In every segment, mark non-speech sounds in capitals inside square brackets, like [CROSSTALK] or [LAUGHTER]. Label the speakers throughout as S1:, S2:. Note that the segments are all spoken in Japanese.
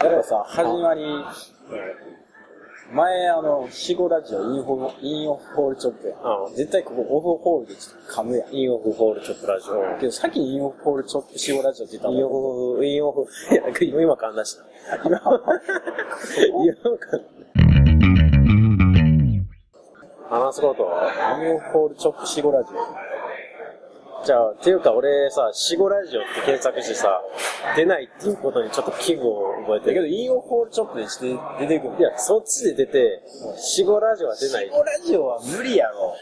S1: だからさ、始まり、前、あの、シゴラジオインホ、インオフホールチョップや
S2: ああ
S1: ん。絶対ここオフホールでちょっと噛むやん。
S2: インオフホールチョップラジオ。
S1: けど、さっきインオフホールチョップ、シゴラジオって言った
S2: イン
S1: もん。
S2: オフ、インオフ、いや、今感出した。今、今感。話すこと
S1: インオフホールチョップ、シゴラジオ。
S2: じゃあ、っていうか俺さ、死後ラジオって検索してさ、出ないっていうことにちょっと危惧を覚えて
S1: だけど、
S2: る。
S1: インオフホールチョップでして出てくる
S2: いや、そっちで出て、死後ラジオは出ない
S1: シ。ゴラジオは無理やろ。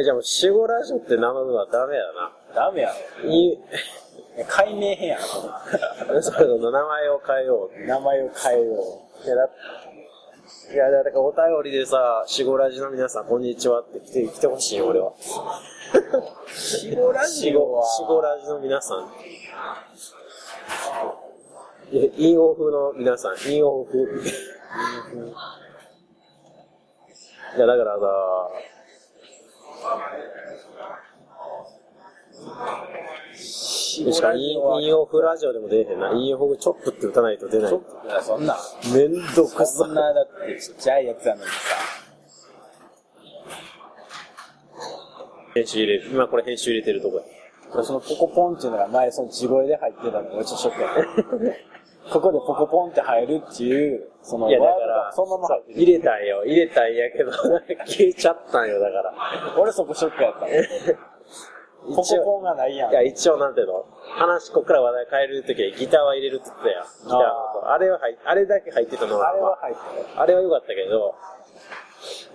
S2: え、じゃあもう死後ラジオって名乗るのはダメや
S1: ダメや
S2: な。いい、
S1: ろ。解明編やろ、こ
S2: それの名前を変えよう。
S1: れ名前を変えよ
S2: いや、だいや、だからお便りでさ、しごらじの皆さん、こんにちはって来て、来てほしいよ、俺
S1: う。
S2: は。
S1: シゴラ
S2: し
S1: ジオ
S2: ご、
S1: は、
S2: しごらじの皆さん。いや、インオフの皆さん、インオフ。いや、だからさ、
S1: シ
S2: しかイン、インオフラジオでも出えへんな。インオフチョップって打たないと出ない
S1: ちょ。っと、そんな。
S2: めんどく
S1: そ
S2: さ
S1: ん。な、だってちっちゃいやつなのにさ。
S2: 編集入れる。今これ編集入れてるとこや。
S1: そのポコポンっていうのが前その地声で入ってたのが俺ちょっとショックや
S2: [LAUGHS]
S1: った。ここでポコポンって入るっていう、その
S2: いや、だか
S1: ワード
S2: ら
S1: が、そのまま入ってる。
S2: 入れたんよ。入れたんやけど、 [LAUGHS] 消えちゃったんよ、だから。
S1: 俺そこショックやった。ポコ
S2: 一
S1: ポ
S2: 応、
S1: ンがないやん。
S2: いや、一応なんていうの話、こっから話題変えるときはギターは入れるって言ってたやん。ギターの音。あれは入っ、あれだけ入ってたのは、
S1: あれは入ってる。
S2: まああれは良かったけど、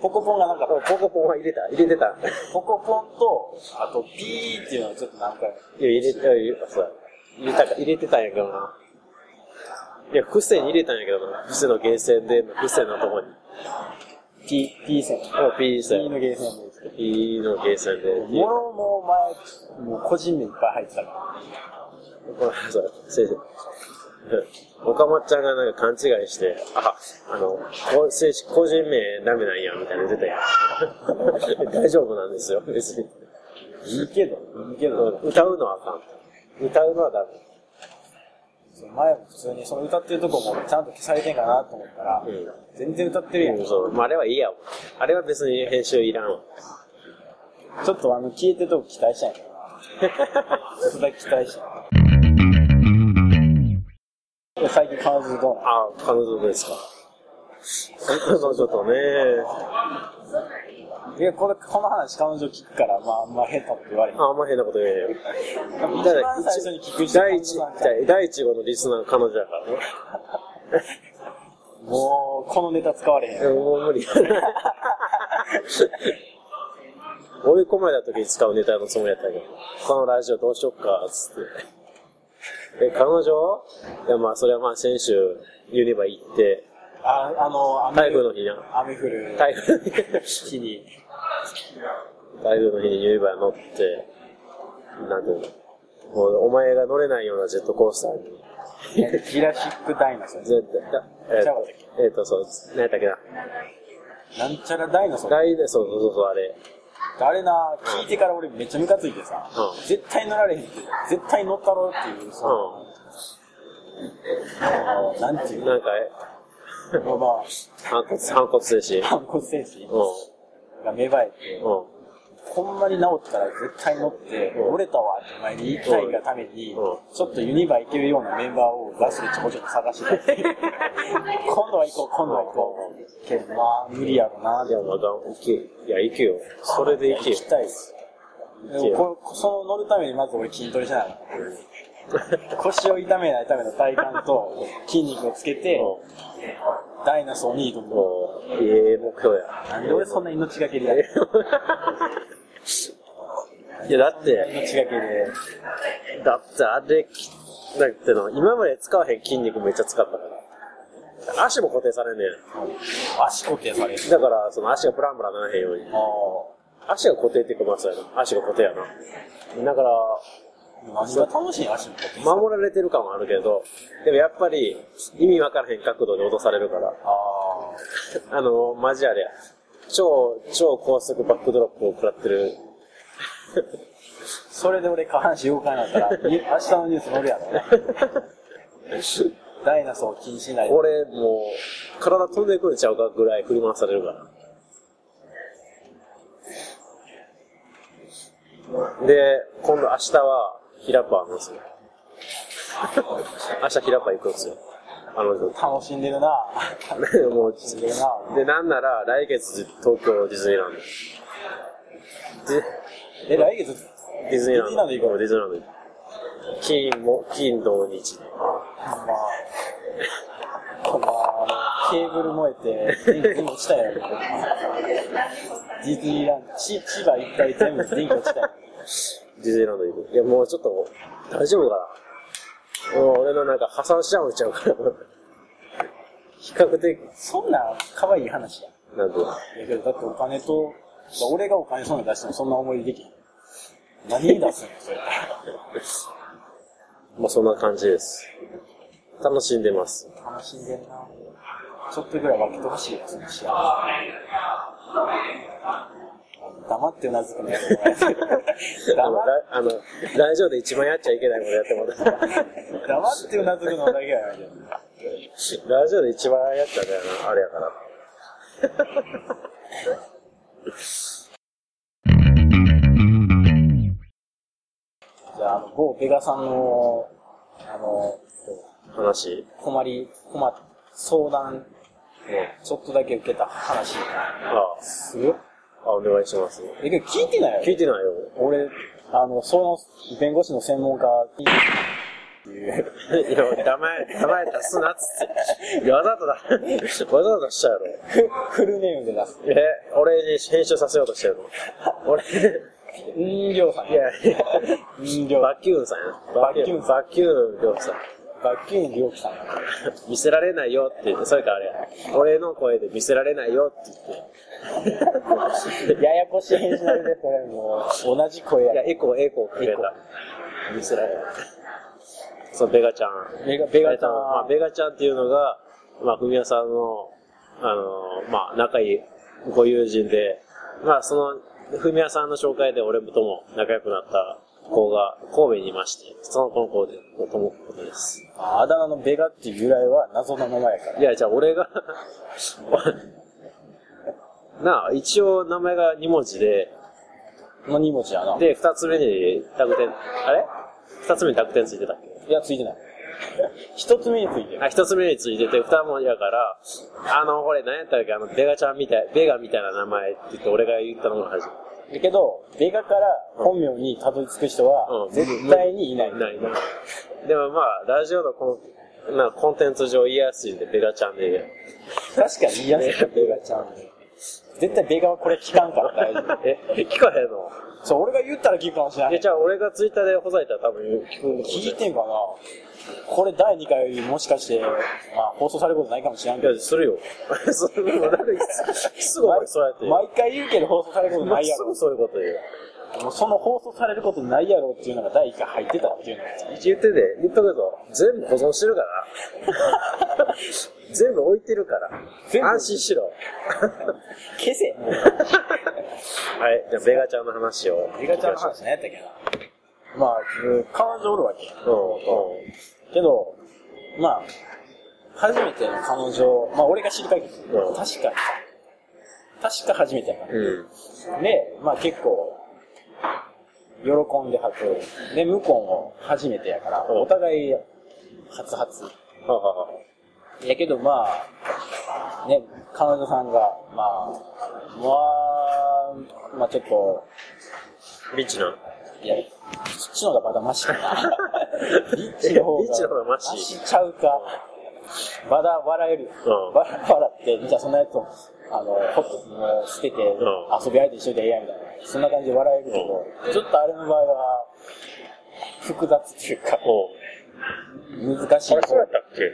S1: ポコポンがなんかった、
S2: ポコポンは入れた、入れてた。
S1: ポコポンと、あとピーっていうのがちょっとなんか、
S2: いや、入れて、入れそう入れたか、入れてたんやけどな。いや、伏線に入れたんやけどな。伏線の源泉で、伏線のとこに。
S1: ピー、ピー線。
S2: もう P
S1: ピーの
S2: 線。
S1: ゲーセンです。
S2: P の源泉で。
S1: もろもう前、もう個人名いっぱい入ってたか
S2: ごめんなさい、先生。 [LAUGHS] 岡本ちゃんがなんか勘違いして、あ、あの、こ正式個人名ダメなんや、みたいなの出たやん。大丈夫なんですよ、別に。
S1: ら。いいけど、いいけど、
S2: 歌うのはあかん。歌うのはダ
S1: その前も普通にその歌ってるとこもちゃんと消されてんかなと思ったら、
S2: メ。うん。
S1: 全然歌ってるやん。
S2: うんそう。まあ、あれはいいやわあれは別に編集いらんわ。
S1: ちょっとあの、消えてるとこ期待したんやけどな。それだけ期待したんや。最近彼女どうな
S2: あ、彼女ですか。彼女とね、
S1: のいや、これ、この話彼女聞くから、まあ、あんま下手って言われへん。
S2: ああんま変なこと言えんよ。
S1: 一番最初に聞く人
S2: 第一、第一号のリスナー彼女やからね。
S1: もう、このネタ使われへん。
S2: もう無理。追い込まれた時に使うネタのつもりやったけど、このラジオどうしよっか、つって。え、彼女いや、まあ、それはまあ、先週、ユニバ行って、
S1: あ、あの、雨
S2: 台風
S1: 降
S2: の
S1: る。
S2: 日な。
S1: 雨降る
S2: 台風の日、
S1: 日に、
S2: 台風の日にユニバ乗って、なんていうの、もう、お前が乗れないようなジェットコースターに、
S1: ジュラシックダイナソー。
S2: 絶対、だえっ、
S1: ちゃうわ
S2: と、えっ、と、そう、何やったっけな。
S1: なんちゃらダイナソー。
S2: 大で、そうそうそうそう、あれ。
S1: あれな、聞いてから俺めっちゃムカついてさ、
S2: うん
S1: 絶対乗られへんって、絶対乗ったろっていう、その
S2: う。
S1: あのなんていうんの、
S2: なんか、
S1: まあまあ、
S2: 反骨、反骨精神。
S1: 反骨精神
S2: うん。
S1: が芽生えて、
S2: う
S1: ほんまに治ったら絶対乗って、
S2: うん
S1: 折れたわって前に言いたいがために、
S2: うん
S1: ちょっとユニバ行けるようなメンバーをバスでちょこちょこ探してた。
S2: [LAUGHS]
S1: 今度は行こう、今度は行こう。けど、まあ、無理やろな、
S2: ん。いや、まだ、行け。いや、行けよ。それで行け
S1: 行
S2: よ
S1: き。たいです。で
S2: 行けよ
S1: もこその乗るためにまず俺筋トレしながら腰を痛めないための体幹と筋肉をつけて
S2: う
S1: ダイナソーに挑む
S2: ん。もう、ええ目標や。
S1: なんで俺そんな命がけでやる
S2: いや、だっ
S1: そんな
S2: て、
S1: 命がけで
S2: だってあれ、きだっての、今まで使わへん筋肉めっちゃ使ったから。足も固定されんねん。
S1: 足固定される。
S2: だから、その足がブランブランならへんように。
S1: あ
S2: 足が固定っていうか、まあ、そうやな。足が固定やな。だから、
S1: あ。何が楽しい足の固定される。
S2: 守られてる感はあるけど、でもやっぱり、意味わからへん角度で落とされるから、
S1: ああ。
S2: あの、マジあれや。超、超高速バックドロップを食らってる。
S1: それで俺下半身動かなかったら、い明日のニュース乗るやろな。ダイナソー禁止になります。
S2: 俺、もう、体飛んでいくんちゃうかぐらい振り回されるから。で、今度明日は、平パーなんですよ。明日平パー行くんですよ。あの人。
S1: 楽しんでるな。
S2: もう、
S1: 楽しんでるな。
S2: で、なんなら、来月、東京ディズニーランド。
S1: え、来月、
S2: デディズニーラ
S1: ディズニー
S2: ンド。
S1: ランド行こう
S2: ディズニーランド行こう金も、金、土、日。
S1: まあ、このあのケーブル燃えて、電気全部落ちたやろ。ディズニーランド、ち千葉一回全部電気落ちたやろ。
S2: ディズニーランド行く。いや、もうちょっと、大丈夫かな。もう俺のなんか破産しちゃうんちゃうから。比較的、
S1: そんな可愛い話や。
S2: なんか、
S1: いやけど、だってお金と、俺がお金そんな出してもそんな思い出できへん。何に出すのそれ。
S2: まあそんな感じです。楽しんでます。
S1: 楽しんでんな。ちょっとぐらい分けてほしいですね、幸せ。黙ってうなずくのやめてもらえます
S2: あの、
S1: 黙っ
S2: ラあのラジオで一番やっちゃいけないことやってもらった。
S1: 黙ってうなずくのだけはやめて。
S2: [LAUGHS] ラジオで一番やっちゃうからな、あれやから。
S1: じゃあ、あの、某ベガさんの、あの、
S2: 話。
S1: 困り、困っ、相談、ちょっとだけ受けた話。
S2: あ
S1: すごい
S2: あ、お願いします。
S1: え、けど聞いてない
S2: 聞
S1: よ。
S2: いてないよ。
S1: 俺、あの、その、弁護士の専門家、
S2: [LAUGHS] いや、名前、名前出すなっつって。わざとだ。 [LAUGHS] わざと出したやろ。
S1: フ [LAUGHS] フルネームで出す。
S2: え、俺に編集させようとしてるの。俺、
S1: うん、りょうさん
S2: い
S1: や。
S2: やいや、
S1: うん、りょう。
S2: バキューンさんやな。バキューンりょうさん。
S1: バッキュンりょうさんや。
S2: 見せられないよって言って、それからあれや。俺の声で見せられないよって言って。いや、
S1: ややこしい編集なるで、それもう、同じ声や。
S2: エコー、エコーかけた。見せられない。そう、ベガちゃん。
S1: ベガ、ベガちゃん
S2: まあ、
S1: は、
S2: ベガちゃんっていうのが、まあ、ふみやさんの、あの、まあ、仲いいご友人で、まあ、その、ふみやさんの紹介で俺とも仲良くなった子が神戸にいまして、その子の子で、ともことです。
S1: あだ名のベガっていう由来は謎の名前やから。
S2: いや、じゃあ俺が、なあ、一応名前が2文字で、
S1: の2文字やな。
S2: で、2つ目に濁点、あれ ?2 つ目に濁点ついてたっけ
S1: いや、ついてない。一つ目についてる。
S2: あ、一つ目についてて、二文字やから、あの、俺、何やったっけ、あの、ベガちゃんみたい、ベガみたいな名前って言って、俺が言ったのが初
S1: だけど、ベガから本名にたどり着く人は
S2: う、ん
S1: 絶対にいな
S2: め
S1: い。
S2: て。ないな。でもまあ、ラジオのこの、なコンテンツ上言いやすいんで、ベガちゃんでいいや
S1: 確かに言いやすいよ、ベガちゃん。絶対ベガはこれ聞かんから大丈
S2: [LAUGHS]
S1: 夫。
S2: え、聞かへんの
S1: そう、俺が言ったら聞くかもしれない
S2: え、。じゃあ俺がツイッターでほざいたら多分聞くんだ
S1: 聞いてんかなこれ第2回もしかして、まあ、放送されることないかもしれんけ
S2: い
S1: ど。
S2: や、するよ。それもなんですぐ俺そうやって。
S1: 毎回言うけど放送されることないや
S2: す
S1: ろ
S2: ぐ。そういうこと言う。
S1: もうその放送されることないやろっていうのが第1回入ってたっていうのが。
S2: 言ってて、言っとくぞ。全部保存してるから。全部置いてるか
S1: 全部
S2: ら。安心しろ。
S1: 消せもう
S2: はい、じゃあ、ベガちゃんの話を。
S1: ベガちゃんの話何やったっけなまあ、うん彼女おるわけ。
S2: うん、うん。
S1: けど、まあ、初めての彼女、まあ俺が知りたいけど、
S2: うん
S1: 確か、確か初めてやから。
S2: うん。
S1: で、まあ結構、喜んではく。で、向こうも初めてやから、
S2: うん
S1: お互い、初々。
S2: はあはあは
S1: やけどまあ、ね、彼女さんが、まあ、まあ、まあちょっと、
S2: あ。リッチな。
S1: いや、そっちの方がまだマシか
S2: [LAUGHS]
S1: な。リッチの方が。
S2: リッチの方がマシ
S1: マシちゃうか。まだ笑える。
S2: うん
S1: 笑笑って、じゃあそんなやつを、あの、ほっともう捨てて、遊び相手にしといてええやみたいな。そんな感じで笑えるけど、ちょっとあれの場合は、複雑っていうか、
S2: おう
S1: 難しい方。
S2: たっけ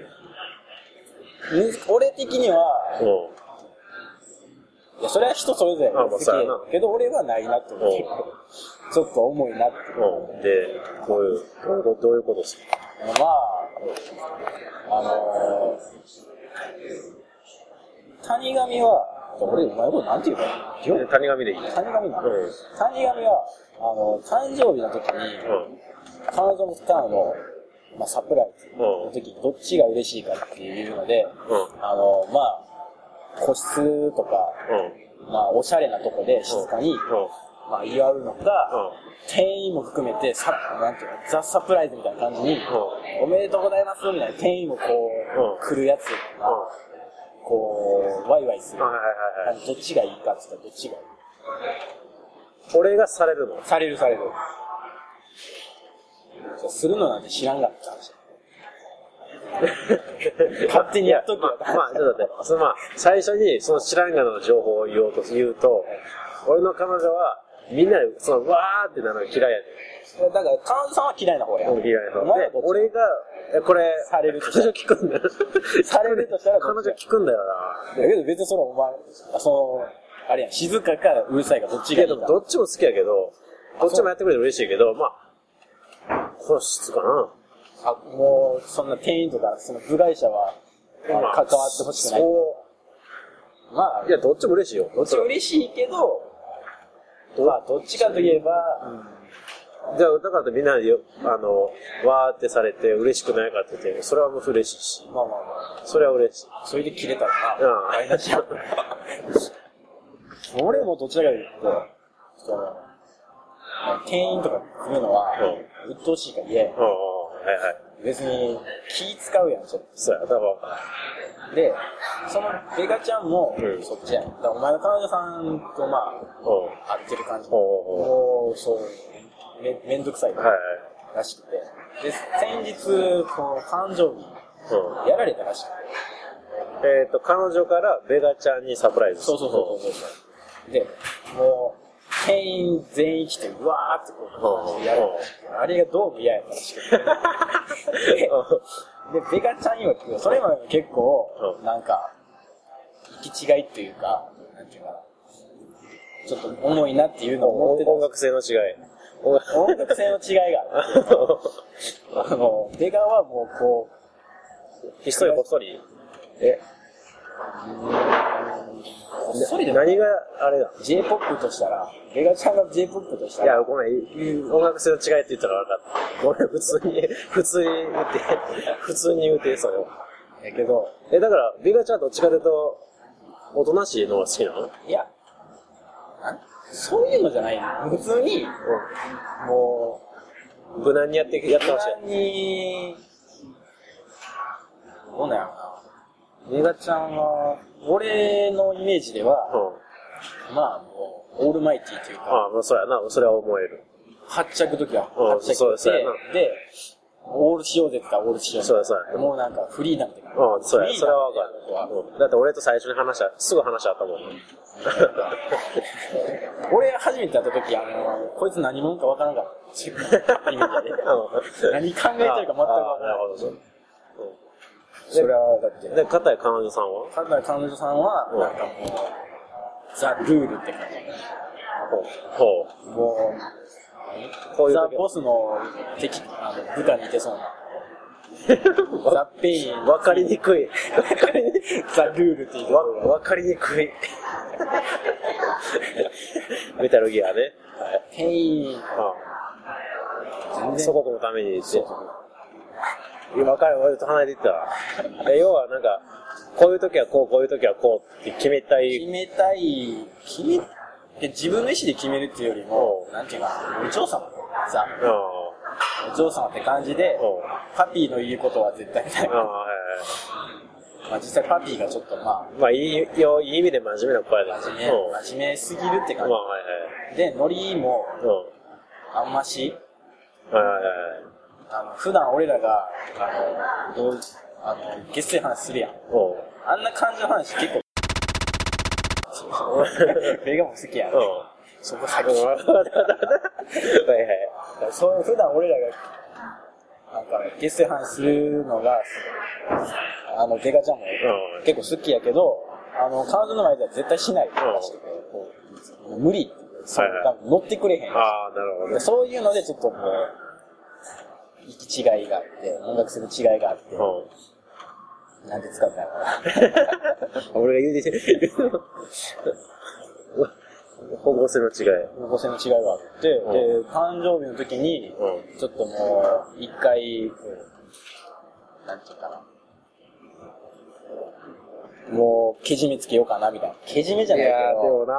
S1: む俺的には、
S2: うん。
S1: いや、それは人それぞれ
S2: あまあそうやな
S1: けど俺はないなって思って、ちょっと重いなって。
S2: うん。で、こういう、こういうことどういうことですか
S1: まあ、あのー、谷上は、俺、お前のことなんて言うかな。りょ
S2: 谷上でいい。うん。
S1: 谷上な。
S2: うん
S1: 谷上は、あの、誕生日の時に、彼女のターンの、まあ、サプライズの時にどっちが嬉しいかっていうので、
S2: うん
S1: あの、まあ、個室とか、
S2: うん。
S1: まあ、おしゃれなとこで静かに、
S2: うん。
S1: まあ、祝うの
S2: う
S1: か、
S2: ん。
S1: 店員も含めて、さ、なんていうの、ザ・サプライズみたいな感じに、おめでとうございますみたいな店員もこ
S2: うん
S1: う、来るやつ
S2: うん。
S1: が、こう、ワイワイする。
S2: はいはいはいはい。
S1: どっちがいいかって言ったらどっちがいい
S2: 俺がされるの
S1: されるされる。そうするのなんて知らんかった話。 [LAUGHS] 勝手にやっとけ
S2: ま
S1: よ
S2: あ、まあ、ちょっと待って。そのまあ、最初に、その知らんがなの情報を言おうと、言うと、俺の彼女は、みんなで、その、わーってなるのが嫌いやね
S1: だから、彼女さんは嫌いな方や。
S2: ん。嫌いな
S1: お
S2: の。
S1: 前
S2: で
S1: はどっ、ち
S2: 俺が、え、これ、
S1: されるとした
S2: 彼
S1: ら
S2: 女聞くんだよ。
S1: [LAUGHS] されるとしたら
S2: 彼
S1: どっち
S2: 女
S1: だ
S2: 聞くんだよ
S1: だけど別にそのお前、その、あれやん、静かかうるさいかどっち
S2: な。い
S1: がい
S2: や、
S1: いか
S2: で。もどっちも好きやけど、どっちもやってくれて嬉しいけど、まあ、この質かな。
S1: あもう、そんな店員とか、その部外者は、まあ関わってほしくない。
S2: そ
S1: まあ
S2: う。い、や、どっちも嬉しいよ。
S1: どっちも嬉しいけど、まあ、どっちかといえば、
S2: じゃあ、だからってみんなでよ、あの、わーってされて嬉しくないかって言って、それはもう嬉しいし、
S1: まあまあま
S2: それは嬉しい。
S1: あ、それで切れたら
S2: う
S1: な、
S2: ん
S1: 台無しや俺もどちらかというと、その、店員とか来るのは、鬱陶しいから嫌や
S2: うんうんうんはいはい。
S1: 別に気使うやん、それ。
S2: そうや、多分。
S1: で、そのベガちゃんも
S2: うん
S1: そっちやん。だからお前の彼女さんとま
S2: うん。
S1: あ、会ってる感じ。
S2: おうおうおう
S1: もう、そう、め、めんどくさい
S2: はいはい。
S1: らしくて。で、先日、その誕生
S2: うん。
S1: 日、やられたらしくて。
S2: えっ、と、彼女からベガちゃんにサプライズ
S1: そうそうそうそうそう。で、もう、店員全員来て、うわーってこう、やる。あれがどうも嫌やったらしくて。で
S2: [LAUGHS]
S1: で、ベガちゃんにはそれまでも結構
S2: う、ん
S1: なんか、行き違いっていうか、なんていうかな、ちょっと重いなっていうのを思ってたん
S2: 音
S1: です
S2: 楽性の違い。
S1: [LAUGHS]
S2: 音楽
S1: 音楽性の違いがある。あの、ベガはもうこ
S2: ひっそりこっそり
S1: う、え、こっそりで
S2: 何があれだ
S1: J-POP としたら、ベガちゃんが J-POP とした
S2: い
S1: ら、
S2: や、ごめん、音楽性の違いって言ったから分かった。ごめん、普通に、普通に言って、普通に言うて、それを。
S1: やけど、
S2: え、だから、ベガちゃんどっちかというと、おとなしいのが好きなのうん。
S1: いや、なんそういうのじゃないの普通に、も
S2: 無難にやって、やっ
S1: う、
S2: てほしい。
S1: 無難に、どうなんやろな。メガちゃんは、俺のイメージで
S2: う
S1: は、
S2: ん。
S1: まあもう、オールマイティーというか、
S2: ああ、まあ、そうやな。それは思える。
S1: 発着時は
S2: うん
S1: 発着
S2: そう
S1: して、
S2: そうや
S1: で、オールしようぜって言ったらオールしようぜ
S2: そうやそうや
S1: もうなんかフリーなんて感じ
S2: うん、そう
S1: フ
S2: や。
S1: リー
S2: それはわ
S1: なんて
S2: か
S1: こ
S2: る。うんだって俺と最初に話した、すぐ話し合ったもん。
S1: とは俺初めて会った時、あの、こいつ何者かわからんかったっていう意味でね
S2: う
S1: [LAUGHS]
S2: ん
S1: 何考えてるか全くわ
S2: あ
S1: か
S2: あな
S1: らない。
S2: るほどそう。
S1: それはだって、
S2: で、片や彼女さんは
S1: ただ彼女さんは、
S2: うん
S1: なんかもう、ザ・ルールって感
S2: ほ
S1: じ。も
S2: う。こう
S1: う、
S2: いう
S1: ザ・
S2: 時
S1: ボスの敵、あの、部下にいてそうな。
S2: [LAUGHS]
S1: ザ・ペイン、
S2: わかりにくい。わかりにくい。
S1: ザ・ルールっていうとこ
S2: わ
S1: ろが、
S2: わかりにくい。メタルギアね。
S1: ペイン、
S2: はい。
S1: 全
S2: うん。
S1: 然
S2: 祖国のためにって。
S1: そう
S2: いやわかる。俺と離れてたわ。え要はなんか、こういう時はこう、こういう時はこうって決めたい
S1: 決めたい、決め、で自分の意思で決めるっていうよりも
S2: お、う
S1: なんていうかな、お嬢様さ、
S2: ああ
S1: お嬢様って感じで
S2: おう、
S1: パピーの言うことは絶対ない。
S2: ああはいはい
S1: まあ実際パピーがちょっとま
S2: まあ、いい、よいい意味で真面目な子やで。
S1: あ、真面
S2: うん。
S1: 目、真面目すぎるって
S2: まあ、
S1: 感
S2: はい
S1: じ。で、ノリも
S2: はい。う
S1: あんまし、
S2: ん。はいはいはい。
S1: あの、普段俺らが、あの、どう、あの、ゲスい話するやん。
S2: うん。
S1: あんな感じの話結
S2: [LAUGHS]
S1: 構、ベガも好きやん。
S2: うん。
S1: そこ先
S2: うん。はいはい。
S1: そう普段俺らがなんか、ゲス反するのが、あの、ベガちゃんも
S2: うん
S1: 結構好きやけど、あの、彼女の前では絶対しないって
S2: うん
S1: 話しててもう無理って言う。そう
S2: はいはい
S1: 多分乗ってくれへん。
S2: ああ、なるほど
S1: で。そういうので、ちょっとこう、行き違いがあって、音楽性の違いがあって、
S2: うん
S1: なんで使
S2: [LAUGHS]
S1: ったのかな。
S2: 俺が言うでしょ。方向性の違い。
S1: 方向性の違いがあって、
S2: う
S1: で、誕生日の時に、
S2: う
S1: ちょっともう、一回、なんていうかな。もう、けじめつけようかな、みたいな。けじめじゃ
S2: い
S1: ないけ
S2: やー、で
S1: ど、
S2: もな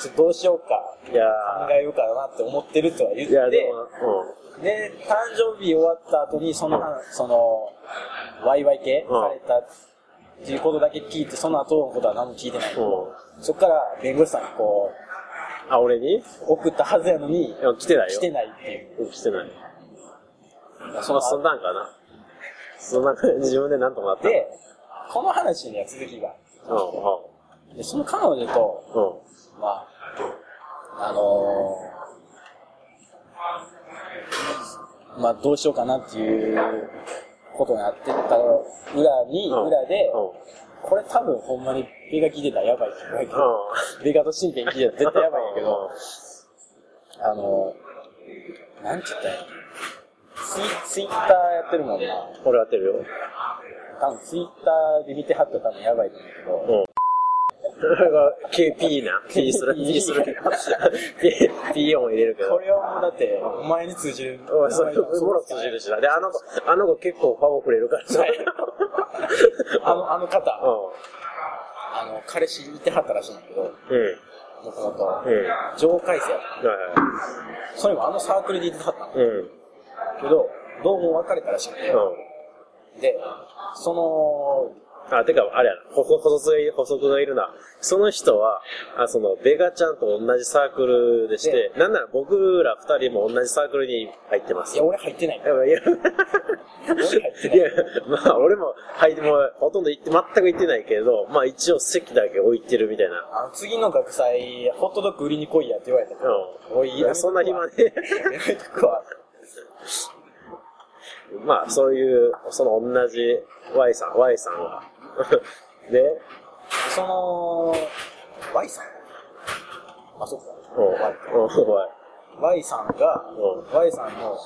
S1: ちょっとどうしようか、
S2: ー。いや
S1: 考えようかなって思ってるとは言っ
S2: ー。いや、で
S1: て、
S2: も、
S1: で、誕生日終わった後に、その話、その、ワイワイ系
S2: うん
S1: されたっていうことだけ聞いて、その後のことは何も聞いてない。
S2: うん。うん。
S1: そっから、弁護士さんにこ、
S2: あ、俺にいう
S1: 送ったはずやのに、
S2: や来てないよ。
S1: 来てないっていう。
S2: うん来てない。その、そんなんかな。そんな感じ、自分でなんとかなった。
S1: で、この話には続きがある
S2: うん、うん、
S1: で、その彼女と、
S2: うん。
S1: まあ、あのーまあ、どうしようかなっていうことになってった裏に、
S2: うん
S1: 裏で、
S2: うん。
S1: これ多分ほんまにベガ聞いてたらやばいって言われて
S2: う
S1: ベガと神経聞いてたら絶対やばいんやけど、
S2: ど。
S1: あのーなんて言ったらいいツイツイッターやってるもんな。
S2: 俺当てるよ。
S1: 多分ツイッターで見てはったら多分やばいと思うけど、
S2: K、P な。P する、P するけど。P、P 音入れるけど。
S1: これはもうだって、お前に通じる。
S2: おい、それ、ボロ通じるしな。で、あの子、あの子結構パワーくれるからさ。
S1: あの、あの方、
S2: う
S1: あの、彼氏いてはったらしいんだけど、も
S2: ん。うん。
S1: ともと
S2: うん。は
S1: 上階生やっ
S2: いは
S1: た。それもあのサークルでいてはったん
S2: い。うん。
S1: だけど、どうも別れたらしくて、
S2: う
S1: で、その、
S2: ん。あ、てか、あれやな。補補足が、補足がいるな。その人は、あ、その、ベガちゃんと同じサークルでして、なんなら僕ら二人も同じサークルに入ってま
S1: い
S2: す。
S1: や、俺入ってない。
S2: やばいや、
S1: 俺入ってない
S2: いや、まあ、俺も、はい、もう、ほとんど行って、全く行ってないけれど、まあ、一応席だけ置いてるみたいな。
S1: あの、次の学祭、ホットドッグ売りに来いやって言われたから、おい、
S2: うん。いや、そんな暇
S1: ね。
S2: ね。
S1: やめとくわ。
S2: まあ、そういう、その同じ Y さん、Y さんは。で、
S1: その、Y さんあ、そっか。
S2: うん、
S1: Y
S2: うん、Y。
S1: Y さんが、
S2: う
S1: Y さんの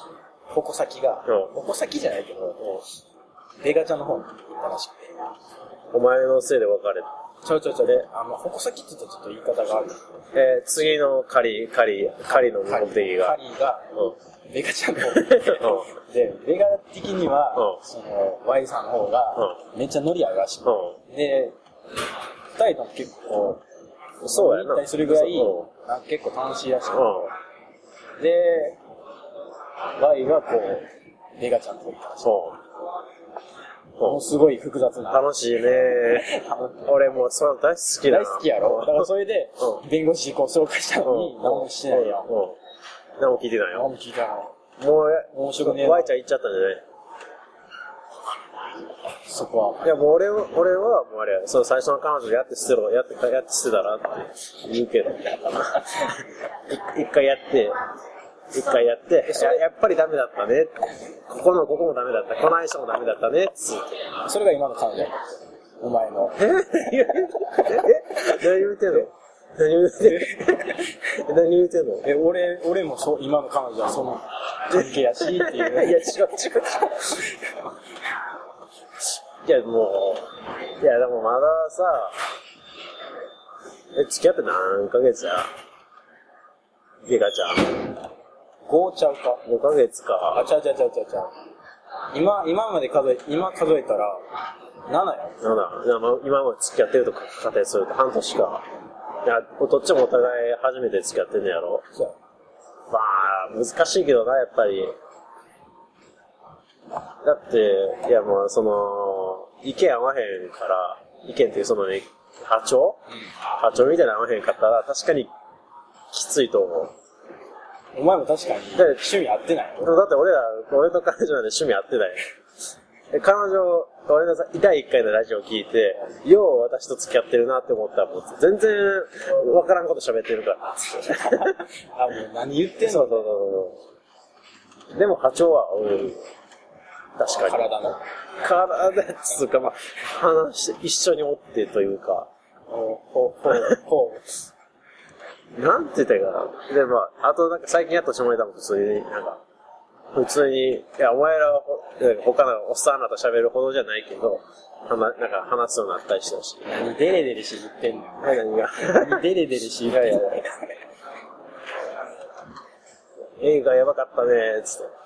S1: 矛先が、
S2: うん
S1: 矛先じゃないけど、ベガちゃんの方に行ったらしくて。
S2: お前のせいで別れ
S1: ちょいちょいちょい、ね、あの、矛先って言ったらちょっと言い方がある。
S2: た。えー、次の狩り、狩り、狩りの目的
S1: ハ
S2: が。
S1: リーが、
S2: う
S1: ベガちゃんの方
S2: ん。うん。
S1: で、ベガ的には、
S2: うん
S1: その、Y さんの方が、めっちゃノリあるらしくて。
S2: う
S1: で、二人とも結構、
S2: そうやな
S1: 一体するぐらい
S2: そ、
S1: なんか結構楽しいらしく
S2: ん。う
S1: て。
S2: ん。
S1: で、Y はこう、ベガちゃんの方に行ったらしい。
S2: そう。
S1: もうすごい複雑な。
S2: 楽しいね。俺もう、その大好きだな。
S1: 大好きやろだからそれで、
S2: う
S1: 弁護士こう紹介したのに、
S2: うん
S1: 何もしてないやん。
S2: うん。何も聞いてない
S1: 何
S2: よ。
S1: も聞いたの。
S2: も
S1: 面白くねえ
S2: う、
S1: な
S2: Y ちゃん行っちゃったんじゃない
S1: そこは。
S2: いや、もう俺は、俺は、もうあれや、そう、最初の彼女やって捨てろ、やって、やって捨てたらって言うけど、 [LAUGHS] い一回やって、一回やって、いややっぱりダメだったね。ここの、ここもダメだった。この相性もダメだったね。つって。
S1: それが今の彼女。お前の。
S2: え [LAUGHS] え何言うてんの何言うてんの何言うてんの
S1: え、俺、俺もそう、今の彼女はその関係やし、って
S2: [LAUGHS] いや、違う違う
S1: いう。
S2: 違う。いや、もう、いや、でもまださ、え、付き合って何ヶ月やゲガちゃん。
S1: ゴーちゃうか。
S2: 5ヶ月
S1: あ、
S2: か。
S1: ちゃうちゃうちゃうちゃうちゃう。今、今まで数え、今数えたら、7や。
S2: なんだ、なま今まで付き合ってるとか、仮定すると半年か。いや、どっちもお互い初めて付き合ってんのやろ
S1: そうや
S2: まあ、難しいけどな、やっぱり。だって、いや、まあ、その、意見合わへんから、意見っていうそのね、波長波長みたいなの合わへんかったら、確かにきついと思う。
S1: お前も確かに、
S2: で
S1: 趣味合ってない
S2: でもだって俺ら、俺と彼女なんで趣味合ってない。で彼女、俺のさ第1回のラジオ聞いて、よう私と付き合ってるなって思ったら、もう全然わからんこと喋ってるから。
S1: あ、もう何言ってん
S2: そ
S1: の
S2: うそうそうそう。でも波長は、うん、確かに。
S1: 体の。
S2: 体っつうか、まあ、話して、一緒におってというか、
S1: ほう、ほう、ほう、ほ
S2: なんて言ったらいいかな。で、まあ、あとなんか最近やった下ネタも普通に、なんか、普通に、いや、お前らはほ、なんか他のおっさんらと喋るほどじゃないけど、はななんか話すようになったりしたし。
S1: う。何デレデレし言ってんのよ。
S2: はい、何が。
S1: 何デレデレし言ってんのよ。
S2: 映画やばかったね、つって。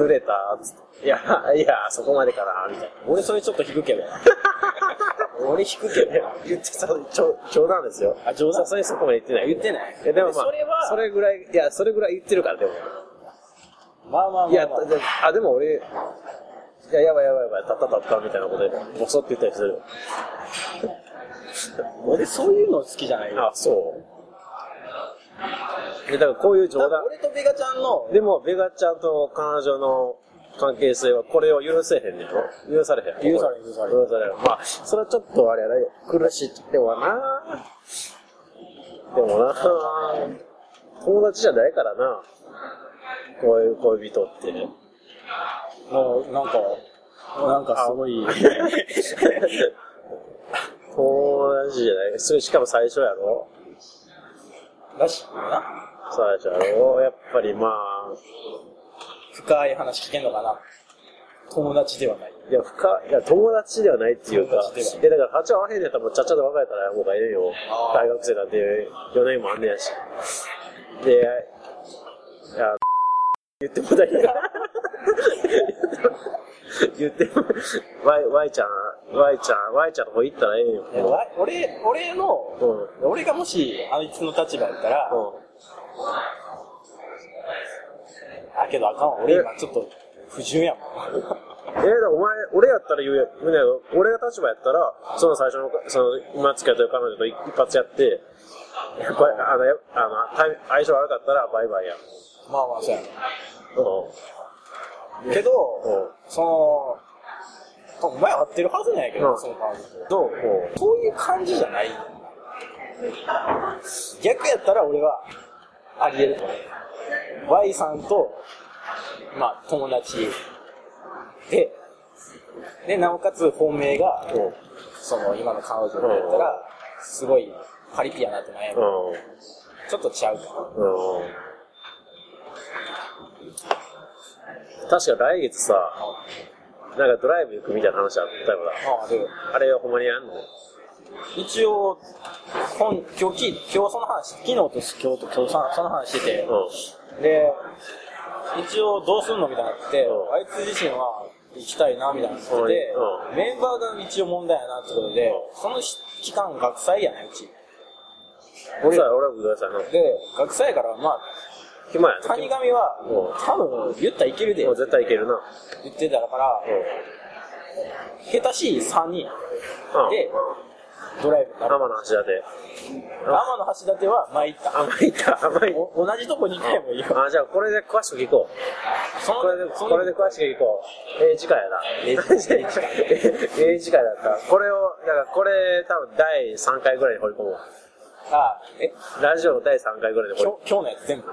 S2: 濡れた、つって。いや、いや、そこまでかな、みたいな。
S1: 俺それちょっと引くけどな。俺引くけどな。
S2: 言ってた、ちょ冗談ですよ。
S1: あ冗談
S2: それそこまで言ってない。
S1: 言ってない
S2: いや、でもまあ、
S1: それは
S2: それぐらい、いや、それぐらい言ってるから、でも。
S1: まあまあまあ、まあ。
S2: いや、たであ、でも俺、いや、やばいやばいやばい、たったたったみたいなことで、ボソって言ったりする。
S1: 俺そういうの好きじゃないよ。
S2: あ、そう。え、だからこういう冗談。
S1: 俺とベガちゃんの、
S2: でも、ベガちゃんと彼女の関係性はこれを許せへんねんろ許されへん。
S1: 許されへん許されへん
S2: 許されへん。まあ、それはちょっとあれやな、苦しいでもなでもな友達じゃないからなこういう恋人って。 [LAUGHS]
S1: もうなんか、なんかすごい、
S2: 友達じゃない。それしかも最初やろ
S1: らしいよな。
S2: 最初やろやっぱりまあ、
S1: 深い話聞けんのかな。友達ではない。
S2: いや、深い、いや、友達ではないっていうか、
S1: 友達
S2: いや、だから、8は合わへんねやったら、もうちゃっちゃと別れたら、もうがええよ。
S1: あー
S2: 大学生なんて4年もあんねやし。で、いや、言ってもだけど。 [LAUGHS] 言っても、わい、わいちゃん、わいちゃん、わいちゃんの方行ったらええよ。
S1: えわ俺、俺
S2: う
S1: の、
S2: ん。うん。
S1: 俺がもし、あいつの立場やったら、あ、けどあかんわ。俺今ちょっと不純やもん。
S2: えー、だからお前、俺やったら言うや、言うねんよ俺が立場やったら、その最初の、その、今付き合ってる彼女と一一発やって、やっぱり、あの、やあのタイ相性悪かったら、バイバイや。
S1: まあまあ、そうや
S2: う
S1: な。けど、
S2: ん。うん。
S1: その、お前は合ってるはずなんやけど、
S2: うん
S1: その感じどう
S2: う
S1: そういう感じじゃない。逆やったら俺は、ありえると思う。Y さんと、まあ、友達で、で、なおかつ本命が、
S2: うん。うん。
S1: その、今の彼女だったら、すごい、パリピやなって悩む。ちょっとちゃうかな。
S2: うん。確か来月さ、なんかドライブ行くみたいな話あったよ
S1: まあ、でも
S2: な。あれほんまにやんの
S1: 一応、今、今日聞い、今日その話、昨日と今日と今日そのその話してて、
S2: う
S1: で、一応どうすんのみたいになって、
S2: うん
S1: あいつ自身は行きたいなみたいなことで、
S2: う
S1: メンバーが一応問題やなってことで、
S2: う
S1: その期間学祭やねうち。
S2: ん。俺ら、俺らもどうしたの
S1: で、学祭やから、ま
S2: 暇や
S1: あ、
S2: な。
S1: 谷上は、
S2: う
S1: 多分言ったらいけるで
S2: もう絶対行けるな。
S1: 言ってたから、下手しい3人
S2: うん。うん。
S1: で、ドライブにな
S2: 天
S1: る。
S2: の橋立。
S1: 天の橋立は前行った。
S2: 甘いった、甘い。
S1: お同じとこ2回もいいよ。
S2: あ、じゃあこれで詳しく聞こう。
S1: その
S2: これで、
S1: その
S2: これで詳しく聞こう。ええ時間やな。
S1: ええ時間ええ時間
S2: ええ時間だった。これを、だからこれ多分第3回ぐらいに掘り込もう。
S1: あ、え、
S2: ラジオの第3回ぐらいに掘り
S1: 今日今日のやつ全部。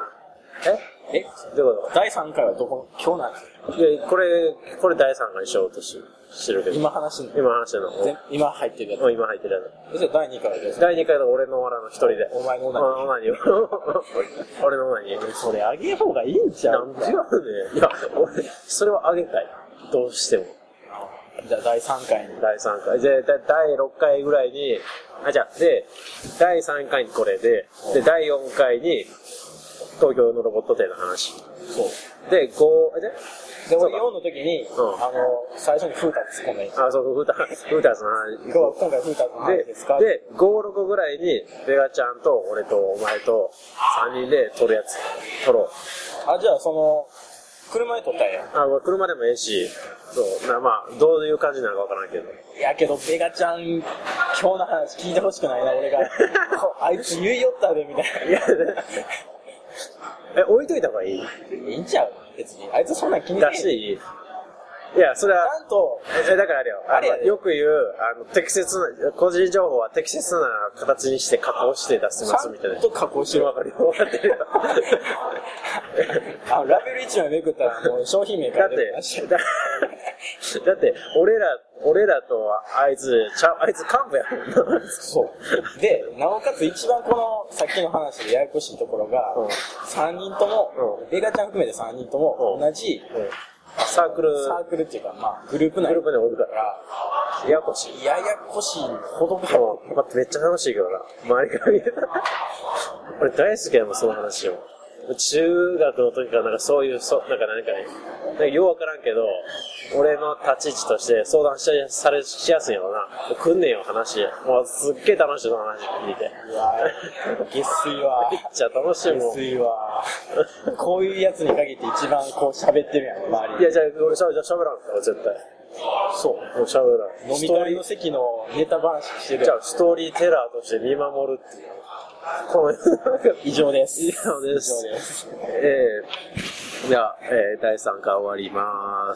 S2: え
S1: え、
S2: どういうこ
S1: 第3回はどこ今日のやつ
S2: といや、これ、これ第3回にしようとししてるけど。
S1: 今話してんの
S2: 今話してるの。も
S1: 全今入ってるや
S2: う今入ってるや
S1: つ。それ第2回です
S2: つ。。第2回の俺のオナの一人で。
S1: お前のオナニー
S2: 俺のオナニー。 [LAUGHS] 俺のオナニー。
S1: それあげほうがいいんち
S2: なんでやねん。いや、俺、それはあげたい。どうしても。
S1: じゃあ第3回に。
S2: 第3回。で、だ第6回ぐらいに、あ、じゃあ、で、第3回にこれで、で、第4回に、東京のロボット展の話。
S1: そう。
S2: で、5、え、で、
S1: で、俺4の時に、
S2: うん
S1: あの、最初にフータ突っ込んで、
S2: あ、そう、フータ、フータスの話。
S1: 今日は今回フータの話
S2: で
S1: ですか、
S2: で、5、6ぐらいに、ベガちゃんと、俺と、お前と、3人で撮るやつ、撮ろう。
S1: あ、じゃあその、車で撮ったんや
S2: あ、まあ車でもええし、そう、なまあ、どういう感じなのかわからんけど。
S1: ん。いやけど、ベガちゃん、今日の話聞いてほしくないな、俺が。こ
S2: [LAUGHS]
S1: あいつ言いよったで、みたいな。いや、
S2: え、置いといた方がいい
S1: いいんちゃう別に。あいつそんなん気に
S2: 出
S1: せ
S2: し
S1: え
S2: て
S1: へん。
S2: いいいや、それは、
S1: ちゃんと、
S2: え、だからあれよ。
S1: あれや
S2: の
S1: で
S2: よく言う、あの、適切な、個人情報は適切な形にして加工して出し
S1: ち
S2: ますみたいな
S1: ゃん。と加工しろ。
S2: わかるよ。わかってるよ。
S1: あラベル1枚めくったら、もう商品名か
S2: [LAUGHS] だっ、
S1: [LAUGHS] ら出てまして
S2: だだって、俺ら、俺らとあいつ、ちゃあいつ幹部や
S1: [LAUGHS]
S2: もんな。
S1: そう。で、なおかつ一番この、さっきの話でややこしいところが、
S2: うん
S1: 3人とも、
S2: うん
S1: ベガちゃん含めて3人とも
S2: うん
S1: 同じ
S2: サークル、
S1: サークルっていうか、まあ、グループ
S2: グ
S1: 内だ
S2: ルー
S1: か
S2: プでおるから、
S1: ら、
S2: ややこしい。
S1: ややこしいほど
S2: で
S1: か
S2: も待ってめっちゃ楽しいけどな。周りから見てた。俺大好きやもん、その話を。中学の時からなんかそういう、そうなんか何かね、なんかようわからんけど、俺の立ち位置として相談しやされしやすいよな。もう来んねんよ、話。もうすっげえ楽しい、その話聞いて。
S1: うわ下水は
S2: めっちゃ楽しい
S1: 下
S2: もん。い
S1: 水はこういうやつに限って一番こう喋ってるやん周り
S2: や、じゃあ俺しゃじゃあ喋らんから、絶対。
S1: そう
S2: もう喋らん。
S1: 飲み会の席のネタ話してる
S2: じ
S1: や
S2: ゃ
S1: ん
S2: あストーリーテラーとして見守るっていう。この世の中
S1: 以上です以
S2: 上です
S1: 上です
S2: えー、じゃあ、えー、第3回終わります。